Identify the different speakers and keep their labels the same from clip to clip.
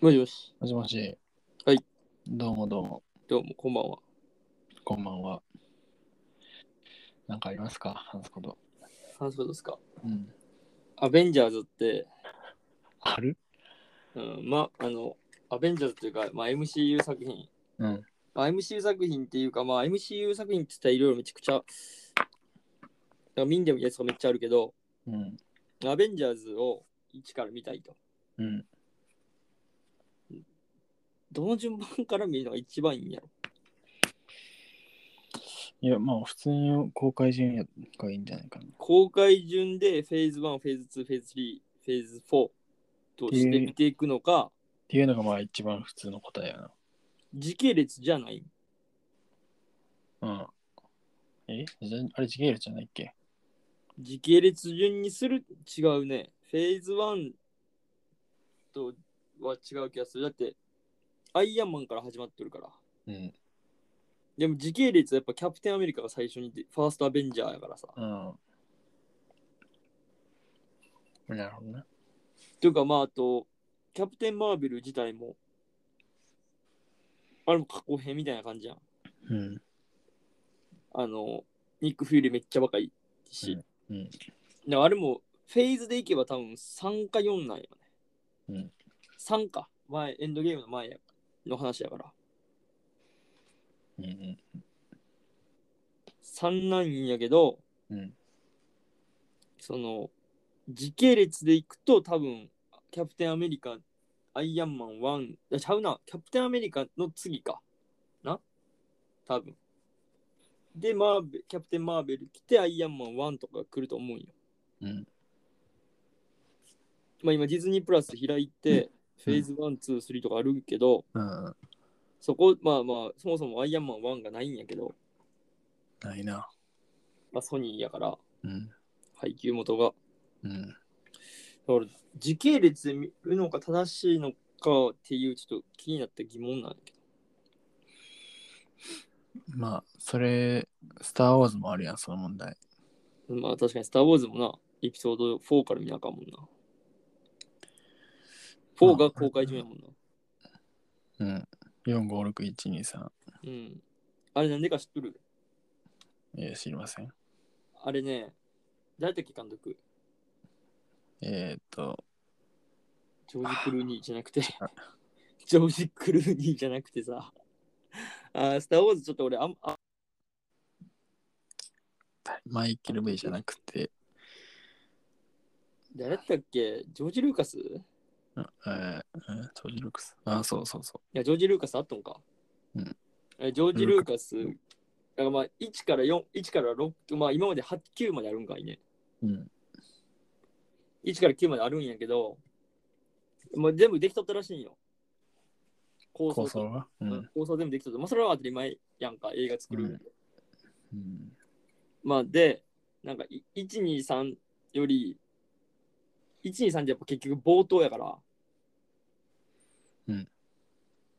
Speaker 1: もしもし、
Speaker 2: もしもし。
Speaker 1: はい。
Speaker 2: どうもどうも、
Speaker 1: どうも、こんばんは。
Speaker 2: こんばんは。なんかありますか話すこと。
Speaker 1: 話すことですか
Speaker 2: うん。
Speaker 1: アベンジャーズって、
Speaker 2: ある
Speaker 1: うん、ま、あの、アベンジャーズっていうか、まあ、MCU 作品。
Speaker 2: うん。
Speaker 1: まあ、MCU 作品っていうか、まあ、MCU 作品って言ったらいろいろめちゃくちゃ、なんか見んでもいいやつがめっちゃあるけど、
Speaker 2: うん。
Speaker 1: アベンジャーズを一から見たいと。
Speaker 2: うん。
Speaker 1: どの順番から見るのが一番いいんやろ。
Speaker 2: いや、まあ、普通に公開順やがいいんじゃないかな。
Speaker 1: 公開順でフェーズ1、フェーズ2、フェーズ3、フェーズ4として見ていくのか、
Speaker 2: っていうのが、まあ、一番普通の答えや
Speaker 1: 時系列じゃない。
Speaker 2: な。うん。えじゃあれ、時系列じゃないっけ
Speaker 1: 時系列順にする違うね。フェーズ1とは違う気がする。だって、アイアンマンから始まってるから。
Speaker 2: うん。
Speaker 1: でも時系列はやっぱキャプテンアメリカが最初にで、ファーストアベンジャーやからさ。
Speaker 2: うん。なるほどね。
Speaker 1: というかまああと、キャプテンマーベル自体も、あれも過去編みたいな感じやん。
Speaker 2: うん。
Speaker 1: あの、ニック・フューリーめっちゃ若いし。
Speaker 2: うんうん
Speaker 1: だからあれも、フェーズでいけば多分3か4なんよ
Speaker 2: う
Speaker 1: ね
Speaker 2: ん。
Speaker 1: 3か。前、エンドゲームの前やの話やから。
Speaker 2: うんうん。
Speaker 1: 3なんやけど、
Speaker 2: うん
Speaker 1: その、時系列でいくと多分、キャプテンアメリカ、アイアンマン1、いやちゃうな、キャプテンアメリカの次か。な多分。で、マーベキャプテンマーベル来て、アイアンマン1とかが来ると思うんよ。
Speaker 2: うん。
Speaker 1: まあ今、ディズニープラス開いて、フェーズ1、2、3とかあるけど、
Speaker 2: うん。
Speaker 1: そこ、まあまあ、そもそもアイアンマン1がないんやけど、
Speaker 2: ないな。
Speaker 1: まあソニーやから、
Speaker 2: うん。
Speaker 1: 配給元が。
Speaker 2: うん。
Speaker 1: だから時系列で見るのが正しいのかっていうちょっと気になった疑問なんだけど。
Speaker 2: まあ、それ、スター・ウォーズもあるやん、その問題。
Speaker 1: まあ確かにスター・ウォーズもな、エピソード4から見なあかんもんな。4が公開順やもんな。
Speaker 2: うん。456123。
Speaker 1: うん。あれなんでか知っとる
Speaker 2: えー、知りません。
Speaker 1: あれね、誰だっけ監督
Speaker 2: えー、っと、
Speaker 1: ジョージ・クルーニーじゃ なくて、ジョージ・クルーニーじゃなくてさ、あースター・ウォーズちょっと俺あん、あ
Speaker 2: マイケル・ベイじゃなくて、
Speaker 1: 誰だったっけジョージ・ルーカスい
Speaker 2: うんえー、えートジ・ルークス。あ、そうそうそ
Speaker 1: や、ジョージ・ルーカスあったんか。
Speaker 2: うん
Speaker 1: えジョージ・ルーカス、だからまあ1から4、1から6、まあ今まで8、9まであるんかいね。
Speaker 2: う。うん。
Speaker 1: 1から9まであるんやけど、もう全部できとったらしいんよ。構想
Speaker 2: 構
Speaker 1: と
Speaker 2: 想はう
Speaker 1: うんん。構想全部できとった。まあそれは当たり前やんか、映画作る上で。
Speaker 2: うん。
Speaker 1: まあで、なんかい1、2、3より、1、2、3ってやっぱ結局冒頭やから、
Speaker 2: うん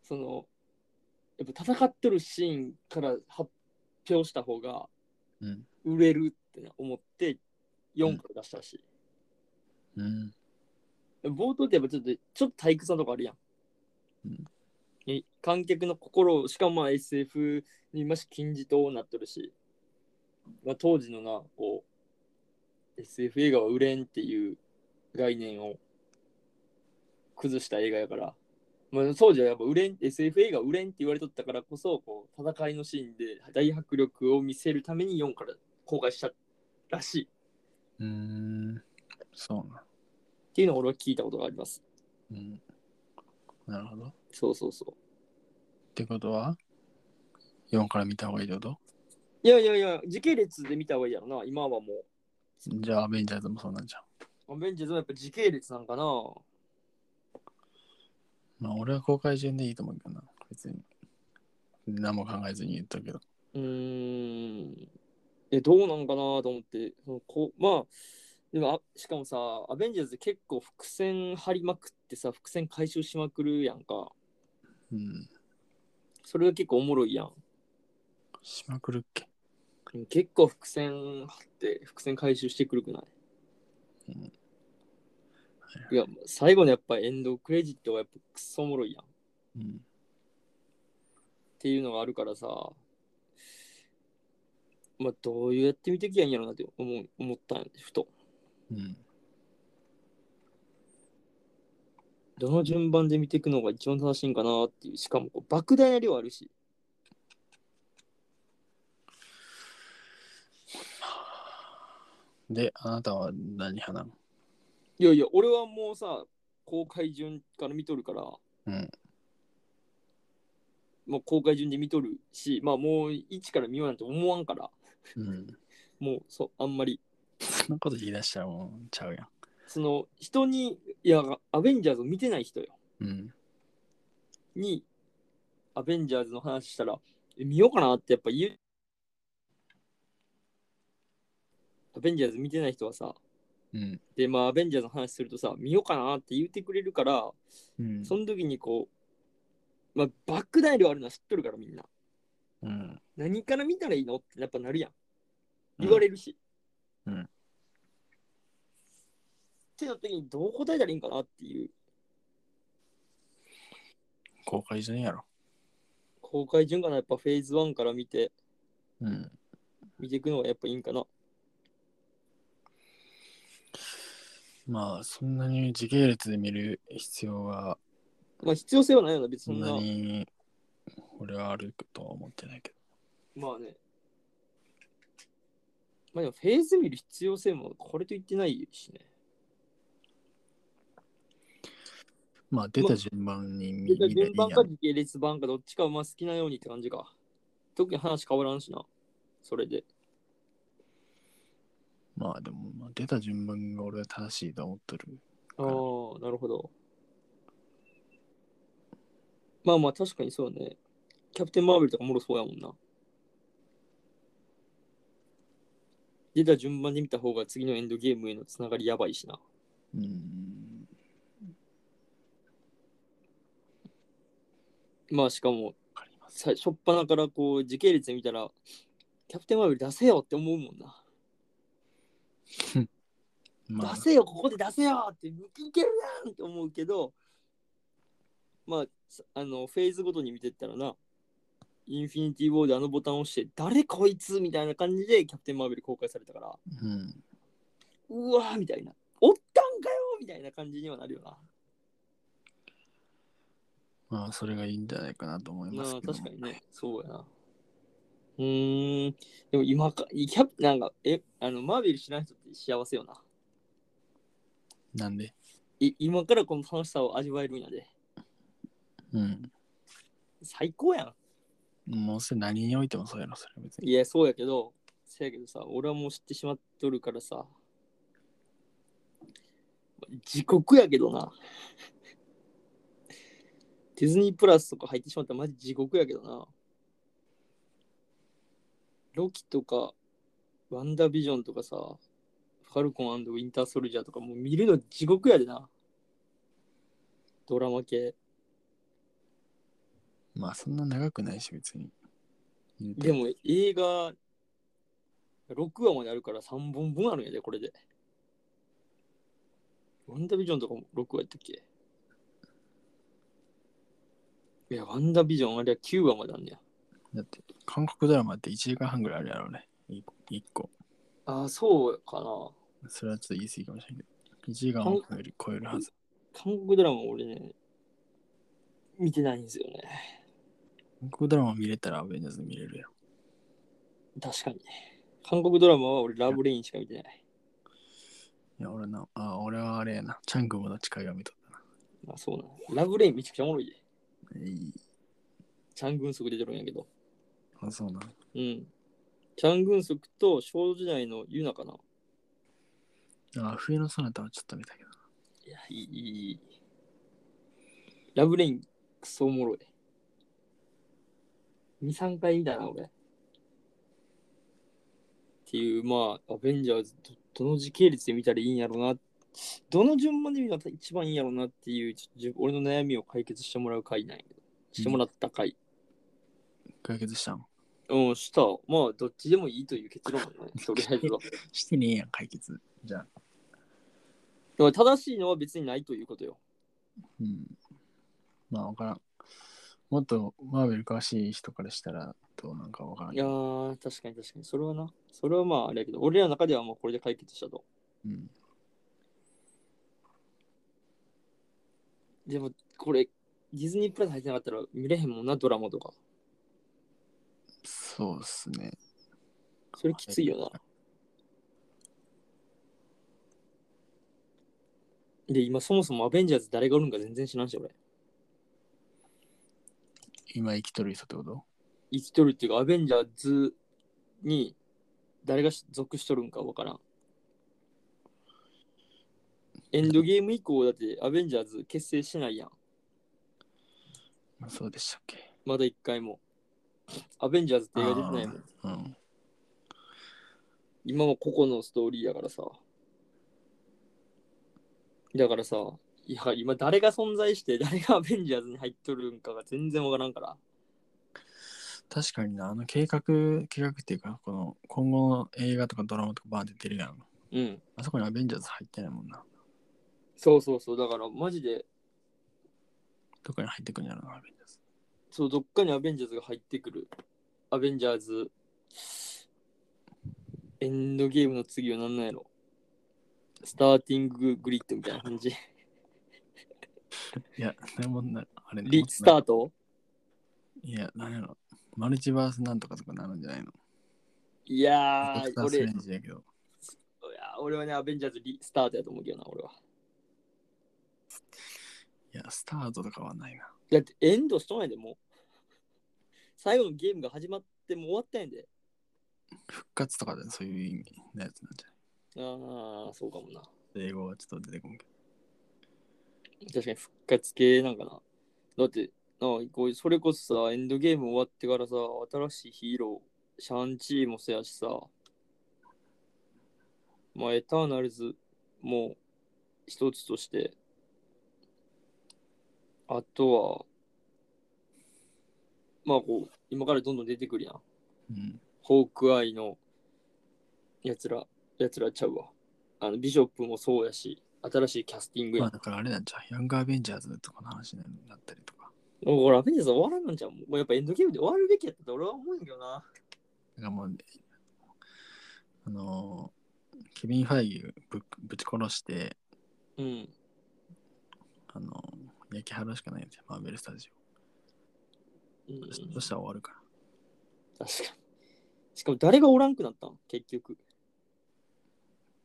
Speaker 1: その、やっぱ戦ってるシーンから発表した方が
Speaker 2: うん。
Speaker 1: 売れるって思って、4から出したらしい。
Speaker 2: うん。
Speaker 1: 冒頭ってやっぱちょっと、ちょっと体育さとかあるやん。
Speaker 2: うん
Speaker 1: え観客の心を、しかもまあ SF にまし金字塔になってるし、まあ、当時のな、こう、SF 映画は売れんっていう概念を崩した映画やから、まあ、当時はやっぱ売れん、SF 映画は売れんって言われとったからこそ、こう戦いのシーンで大迫力を見せるために4から公開したらしいっ
Speaker 2: うん。そうな。
Speaker 1: ていうのを俺は聞いたことがあります。
Speaker 2: うん。なるほど。っ
Speaker 1: そうそうそう。
Speaker 2: てことは、4から見た方がいいってこと
Speaker 1: いやいやいや、時系列で見た方がいいやろな、今はも
Speaker 2: じゃあ、アベンジャーズもそうなんじゃん。
Speaker 1: う。アベンジャーズはやっぱ時系列なんかな。
Speaker 2: まあ、俺は公開順でいいと思うけどな。別に。何も考えずに言ったけど。
Speaker 1: うーん。え、どうなんかなと思って、そのこうまあ、でもあしかもさ、アベンジャーズ結構伏線張りまくってさ、伏線回収しまくるやんか。
Speaker 2: うん。
Speaker 1: それが結構おもろいやん。
Speaker 2: しまくるっけ
Speaker 1: うん結構伏線張って、伏線回収してくるくない、
Speaker 2: うん
Speaker 1: いや最後のやっぱエンドクレジットはやっぱクソおもろいやん。っ
Speaker 2: うん。
Speaker 1: ていうのがあるからさ、まあどうやって見てきゃいいんやろうなって思う思ったんや、ふと。
Speaker 2: うん。
Speaker 1: どの順番で見ていくのが一番正しいんかなっていう、しかもこう莫大な量あるし、
Speaker 2: で、あなたは何派なの
Speaker 1: いやいや、俺はもうさ、公開順から見とるから、
Speaker 2: うん。
Speaker 1: もう公開順で見とるし、まあもう一から見ようなんて思わんから、
Speaker 2: うん。
Speaker 1: もうそあんまり、
Speaker 2: そんなこと言い出したらもうちゃうやん。
Speaker 1: その人に、いや、アベンジャーズを見てない人よ、
Speaker 2: うん。
Speaker 1: に、アベンジャーズの話したら、え見ようかなってやっぱ言う。アベンジャーズ見てない人はさ、
Speaker 2: うん。
Speaker 1: で、まあアベンジャーズの話するとさ、見ようかなって言ってくれるから、
Speaker 2: うん。
Speaker 1: その時にこう、まあ、バックダイ量あるのは知っとるからみんな。
Speaker 2: うん。
Speaker 1: 何から見たらいいのってやっぱなるやん。言われるし。
Speaker 2: うんうん
Speaker 1: ってなった時にどう答えたらいいんかなっていう。
Speaker 2: 公開順やろ。
Speaker 1: 公開順かなやっぱフェーズ1から見て、
Speaker 2: うん。
Speaker 1: 見ていくのがやっぱいいんかな。
Speaker 2: まあ、そんなに時系列で見る必要は
Speaker 1: まあ必要性はないよな、別
Speaker 2: そ
Speaker 1: に
Speaker 2: ん
Speaker 1: そん
Speaker 2: な
Speaker 1: な。
Speaker 2: に俺はあるとは思ってないけど。
Speaker 1: まあね。まあでもフェーズ見る必要性もこれと言ってないしね。
Speaker 2: まあ、出た順番に見
Speaker 1: で
Speaker 2: 見れ
Speaker 1: 順
Speaker 2: るや
Speaker 1: 番
Speaker 2: ん
Speaker 1: か時系列番かどっちかまあ好きなようにって感じか。特に話変わらんしな。それで。
Speaker 2: まあ、でも、まあ、出た順番が俺は正しいと思ってる。
Speaker 1: ああ、なるほど。まあまあ確かにそうね。キャプテン・マーベルとかもろそうやもんな。出た順番で見た方が次のエンドゲームへのつながりやばいしな。
Speaker 2: うん。
Speaker 1: まあしかも、
Speaker 2: わかります。
Speaker 1: さ初っ端からこう時系列で見たら、キャプテン・マーベル出せよって思うもんな。
Speaker 2: まあ
Speaker 1: 出、せよ、ここで出せよって、抜きいけるやんって思うけど、まあ、さあの、フェーズごとに見てったらな、インフィニティ・ウォーであのボタンを押して、誰こいつみたいな感じでキャプテン・マーベル公開されたから、
Speaker 2: うん。
Speaker 1: うわーみたいな、おったんかよみたいな感じにはなるよな。
Speaker 2: まあ、それがいいんじゃないかなと思い
Speaker 1: ま
Speaker 2: ま
Speaker 1: あ
Speaker 2: すけど。
Speaker 1: 確かにね、そうやな。うーん、でも今か、キャプなんか、え、あの、マーベル知らん人って幸せよな。
Speaker 2: なんで
Speaker 1: い今からこの楽しさを味わえるんやで。
Speaker 2: うん。
Speaker 1: 最高やん。
Speaker 2: もうそれ何においてもそうやろ、それは別に。
Speaker 1: いや、そうやけど、せやけどさ、俺はもう知ってしまっとるからさ、自国やけどな。 ディズニープラスとか入ってしまったらマジ地獄やけどな。ロキとか、ワンダービジョンとかさ、ファルコンウィンターソルジャーとかもう見るの地獄やでな。ドラマ系。
Speaker 2: まあ、そんな長くないし、別に。
Speaker 1: でも映画6話まであるから3本分あるんやで、これで。ワンダービジョンとかも6話やったっけいや、ワンダービジョンあれは9話まであんねや。
Speaker 2: だって、韓国ドラマって1時間半ぐらいあるやろうね。1個。
Speaker 1: ああ、そうかな。
Speaker 2: それはちょっと言い過ぎかもしれんけど。1時間を超える超えるはず。
Speaker 1: 韓国ドラマ俺ね、見てないんですよね。
Speaker 2: 韓国ドラマ見れたらアベンジャーズ見れるやろ。
Speaker 1: 確かに。韓国ドラマは俺ラブレインしか見てない。
Speaker 2: いや、俺な、あ、俺はあれやな。チャングもの誓いが見とった
Speaker 1: あそうなの。ラブレインめちゃくちゃおもろいで。
Speaker 2: な。いい。
Speaker 1: チャン・グンソク出てるんやけど。
Speaker 2: あ、そうなの。
Speaker 1: うん。チャン・グンソクと少女時代のユナかな。
Speaker 2: あ、冬のそなたはちょっと見たけど。
Speaker 1: いや、いい、いい。ラブレイン、クソおもろい。2、3回見たな、俺。っていう、まあ、アベンジャーズど、どの時系列で見たらいいんやろな。どの順番で見たら一番いいんやろなっていう、ちょっと自分俺の悩みを解決してもらう回なんやけど。してもらった回。
Speaker 2: 解決したん
Speaker 1: うん、した。まあ、どっちでもいいという結論だね。とりあえずは。
Speaker 2: してねえやん、解決。じゃあ。
Speaker 1: でも正しいのは別にないということよ。
Speaker 2: うん。まあ、わからん。もっとマーベル詳しい人からしたらどうなんかわからん
Speaker 1: い
Speaker 2: け
Speaker 1: や
Speaker 2: ど。
Speaker 1: ー、確かに確かに。それはな。それはまああれやけど、俺らの中ではもうこれで解決したと。
Speaker 2: うん。
Speaker 1: でも、これ、ディズニープラス入ってなかったら見れへんもんな、ドラマとか。
Speaker 2: そうっすね。
Speaker 1: それきついよな。で、今そもそもアベンジャーズ誰がおるんか全然知らんし、俺。
Speaker 2: 今生きとる人ってこと
Speaker 1: 生きとるっていうか、アベンジャーズに誰がし属しとるんかわからん。エンドゲーム以降だってアベンジャーズ結成してないやん。
Speaker 2: まあそうでしたっけ
Speaker 1: まだ一回も。アベンジャーズって映画出てないもん。
Speaker 2: うん。
Speaker 1: 今も個々のストーリーやからさ。だからさ、いや、今誰が存在して誰がアベンジャーズに入っとるんかが全然わからんから。
Speaker 2: 確かにな、あの計画、計画っていうか、この今後の映画とかドラマとかバーンって出るやん。
Speaker 1: うん。
Speaker 2: あそこにアベンジャーズ入ってないもんな。
Speaker 1: そうそうそう。だからマジで、
Speaker 2: どこに入ってくるんやろな、アベンジャーズ。
Speaker 1: そう、どっかにアベンジャーズが入ってくる。アベンジャーズ。エンドゲームの次は何なんやろスターティンググリッドみたいな感 じ。
Speaker 2: いや、なんもな、あれね
Speaker 1: リスタート
Speaker 2: いや、なんやろ。マルチバースなんとかとかなるんじゃないの
Speaker 1: いや
Speaker 2: ドクタ
Speaker 1: ー、
Speaker 2: ースレ
Speaker 1: 俺
Speaker 2: ン、ジやけど。
Speaker 1: いや俺はね、アベンジャーズリスタートやと思うけどな、俺は。
Speaker 2: いや、スタートとかはないな。
Speaker 1: だってエンドしとないでもう。最後のゲームが始まってもう終わったんやで。
Speaker 2: 復活とかでそういう意味のやつなんじゃ
Speaker 1: ああ、そうかもな。
Speaker 2: ない英語はちょっと出てこんけど。
Speaker 1: 確かに復活系なんかな。だって、なあこうそれこそさ、エンドゲーム終わってからさ、新しいヒーロー、シャンチーもせやしさ、まあ、エターナルズも一つとして、あとは、まあこう、今からどんどん出てくるやん。
Speaker 2: うん。
Speaker 1: ホークアイのやつら、やつらちゃうわ。あのビショップもそうやし、新しいキャスティングや
Speaker 2: ま
Speaker 1: ん。
Speaker 2: あだからあれなんじゃう、ヤングアベンジャーズとかの話になったりとか。
Speaker 1: もうラベンジャーズ終わらんのじゃん。もうやっぱエンドゲームで終わるべきやったと俺は思うんやけどな。
Speaker 2: だからもう、あのーケビン・ファイギぶぶち殺して、
Speaker 1: うん。
Speaker 2: あのー焼き払うしかないやつよマーベル・スタジ
Speaker 1: うん、
Speaker 2: オ。
Speaker 1: 確
Speaker 2: そしたら終わるか
Speaker 1: か
Speaker 2: ら。
Speaker 1: に。しかも誰がおらんくなったん結局。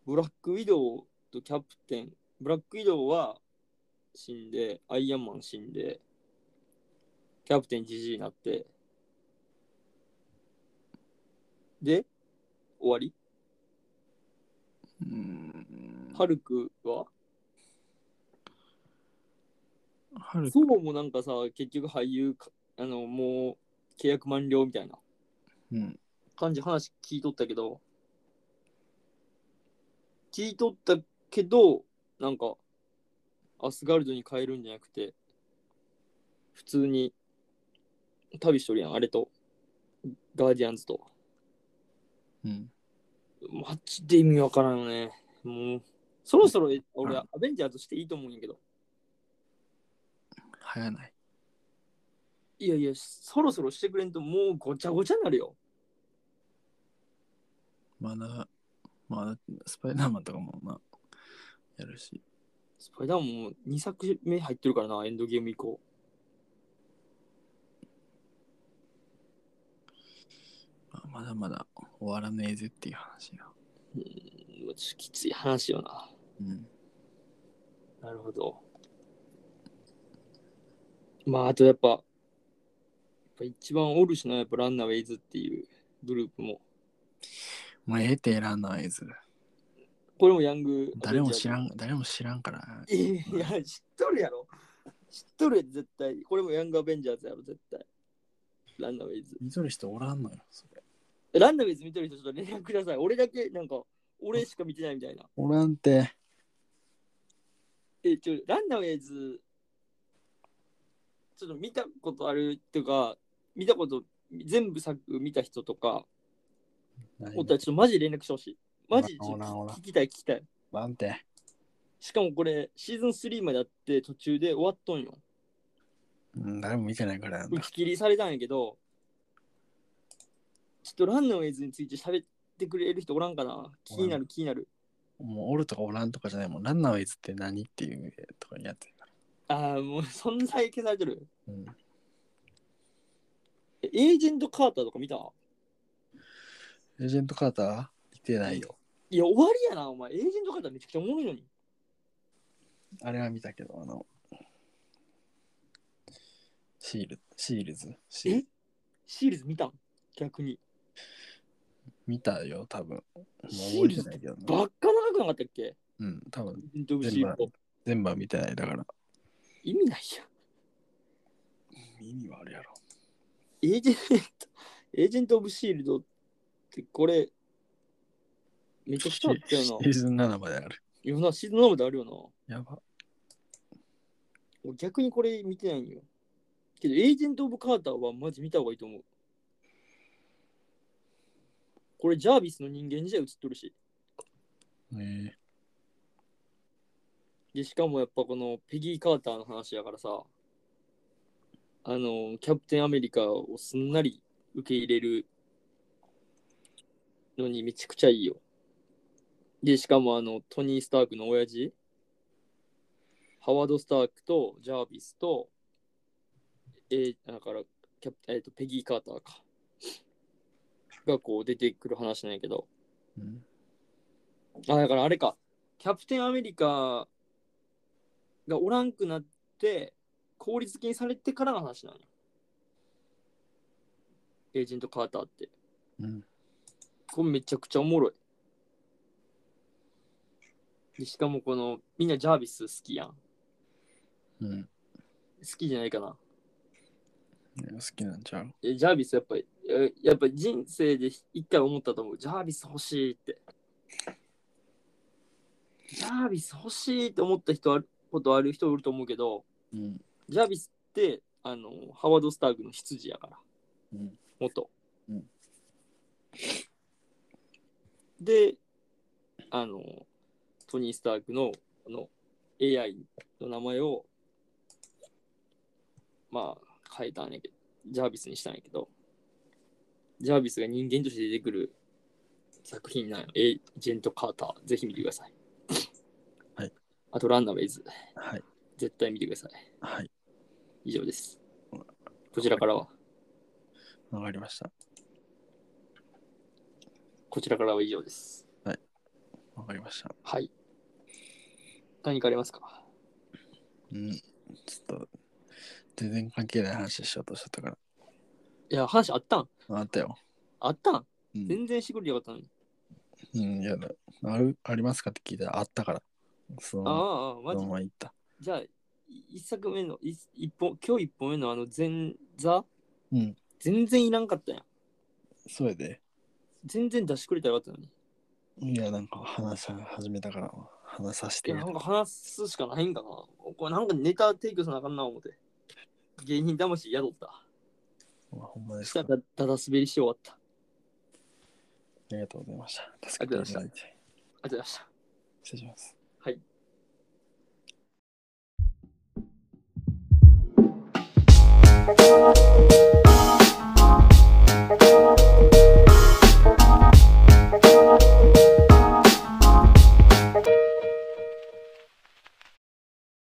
Speaker 1: ブラックウィドウとキャプテン。ブラックウィドウは死んで、アイアンマン死んで、キャプテンジジイになって、で、終わり
Speaker 2: うーん。
Speaker 1: ハルクは
Speaker 2: ハルク
Speaker 1: 祖母もなんかさ、結局俳優か、あの、もう契約満了みたいな
Speaker 2: うん。
Speaker 1: 感じ話聞いとったけど、聞いとったけど、なんか、アスガルドに変えるんじゃなくて、普通に旅しとるやん、あれと、ガーディアンズと。
Speaker 2: うん。
Speaker 1: マジで意味わからんよね。もう、そろそろ俺、
Speaker 2: うん
Speaker 1: アベンジャーとしていいと思うんやけど。
Speaker 2: 流行ない。
Speaker 1: いやいや、そろそろしてくれんともうごちゃごちゃになるよ。
Speaker 2: まだ、まだ、スパイダーマンとかも、まあ、やるし。
Speaker 1: スパイダーマンも2作目入ってるからな、エンドゲーム以降。
Speaker 2: まあ、まだまだ終わらねえぜっていう話が。
Speaker 1: うん、ちょきつい話よな。
Speaker 2: うん。
Speaker 1: なるほど。まあ、あとやっぱ、やっぱ一番おるしな、やっぱランナーウェイズっていうグループも。
Speaker 2: もうええって選んだ合図。
Speaker 1: これもヤング。
Speaker 2: 誰も知ら
Speaker 1: ん。
Speaker 2: ん、誰も知らんから。
Speaker 1: いや、知っとるやろ。知っとるやろ絶対。これもヤングアベンジャーズやろ、絶対。ランナーウェイズ。
Speaker 2: 見とる人おらんのよ。それ
Speaker 1: ランナーウェイズ見てる人ちょっと連絡ください。俺だけ、なんか、俺しか見てないみたいな。
Speaker 2: おらんって。
Speaker 1: え、ちょ、ランナーウェイズ、ちょっと見たことあるっていうか、見たこと、全部作見た人とか、おったらちょっとマジ連絡してほしい。マジちょ
Speaker 2: おらんおらん
Speaker 1: 聞きたい聞きたい。
Speaker 2: おらんて。
Speaker 1: しかもこれ、シーズン3まであって途中で終わっとんよ。
Speaker 2: うん、誰も見てないからなん
Speaker 1: 打
Speaker 2: だ。
Speaker 1: ち切りされたんやけど、ちょっとランのウェイズについて喋ってくれる人おらんかな気になる気になる。
Speaker 2: もうおるとかおらんとかじゃないもん。ランナーウェイズって何っていうとかにやってるか
Speaker 1: ああ、もう存在消されてる。
Speaker 2: ら。うん。
Speaker 1: えエージェント・カーターとか見た
Speaker 2: エージェントカーター見てないよ。
Speaker 1: いや、終わりやな、お前。エージェント・カーターめちゃくちゃおもろいのに。
Speaker 2: あれは見たけど、あの、シール、シールズ。シール
Speaker 1: えシールズ見たん逆に。
Speaker 2: 見たよ、多分。もう
Speaker 1: シー
Speaker 2: 覚え
Speaker 1: ル
Speaker 2: て
Speaker 1: ズ
Speaker 2: ないけどね
Speaker 1: ばっか長くなかったっけ
Speaker 2: うん、多分
Speaker 1: エージェント・オブ・シー
Speaker 2: 全部
Speaker 1: ルド。
Speaker 2: 全部は見てないだから。
Speaker 1: 意味ないやん。
Speaker 2: 意味はあるやろ。
Speaker 1: エージェント、エージェント・オブ・シールドってこれ、めちゃくちゃあったよな
Speaker 2: シ。ーズン7まである。
Speaker 1: いやな、シーズンノブであるよな。
Speaker 2: やば。
Speaker 1: 俺逆にこれ見てないんよ。けど、エージェント・オブ・カーターはマジ見た方がいいと思う。これ、ジャービスの人間時代映っとるし。
Speaker 2: ええ
Speaker 1: で、しかもやっぱこのペギー・カーターの話やからさ、あの、キャプテン・アメリカをすんなり受け入れるのにめちゃくちゃいいよ。で、しかもあの、トニー・スタークの親父、ハワード・スタークとジャービスと、えーだから、キャプテンえーと、ペギー・カーターか。がこう出てくる話なんやけど、
Speaker 2: うん。
Speaker 1: あ、だからあれか。キャプテンアメリカがおらんくなって、効率的にされてからの話なのよ。エージェント・カーターって。
Speaker 2: うん。
Speaker 1: これめちゃくちゃおもろい。でしかもこの、みんなジャービス好きやん。好
Speaker 2: うん。
Speaker 1: きじゃないかな。
Speaker 2: 好きなんちゃう
Speaker 1: えジャービスやっぱり、えやっぱり人生で一回思ったと思う。ジャービス欲しいって。ジャービス欲しいって思った人あることある人おると思うけど、
Speaker 2: うん。
Speaker 1: ジャービスってあのハワード・スターグの執事やから、
Speaker 2: うん。
Speaker 1: 元。
Speaker 2: うん
Speaker 1: で、あの、トニー・スタークのあの AI の名前を、まあ、変えたんやけど、ジャービスにしたんやけど、ジャービスが人間として出てくる作品なんよ。エージェント・カーター、ぜひ見てください。
Speaker 2: はい。
Speaker 1: あと、ランナーウェイズ、
Speaker 2: はい。
Speaker 1: 絶対見てください。
Speaker 2: はい。
Speaker 1: 以上です。こちらからは、
Speaker 2: わかりました。
Speaker 1: こちらからは以上です。
Speaker 2: わかりました。
Speaker 1: はい。何かありますか
Speaker 2: うん。ちょっと、全然関係ない話しようとしちゃったから。
Speaker 1: いや、話あったん
Speaker 2: あったよ。
Speaker 1: あったん
Speaker 2: うん。
Speaker 1: 全然してくれなかったのに。
Speaker 2: うん、いやだ。ある、ありますかって聞いたら、あったから。そ
Speaker 1: あ
Speaker 2: の
Speaker 1: あああ、
Speaker 2: ま
Speaker 1: マジ
Speaker 2: ま、そのまま言った。
Speaker 1: じゃあ、い一作目の、い一本、今日一本目のあの前座
Speaker 2: うん。
Speaker 1: 全然いらんかったやん。
Speaker 2: それで、
Speaker 1: 全然出してくれたらよかったのに。
Speaker 2: いや、なんか話し始めたから、話させ
Speaker 1: い
Speaker 2: て
Speaker 1: や、
Speaker 2: み
Speaker 1: な
Speaker 2: た
Speaker 1: んか話すしかないんかな。これなんかネタ提供せなあかんな思って。芸人魂宿った。
Speaker 2: まあほんまで
Speaker 1: し
Speaker 2: す
Speaker 1: た。
Speaker 2: から
Speaker 1: だだだ滑りして終わった。あ
Speaker 2: ありがとうございました。助けていただいて。
Speaker 1: りがとうございました。
Speaker 2: 失礼します。
Speaker 1: はい。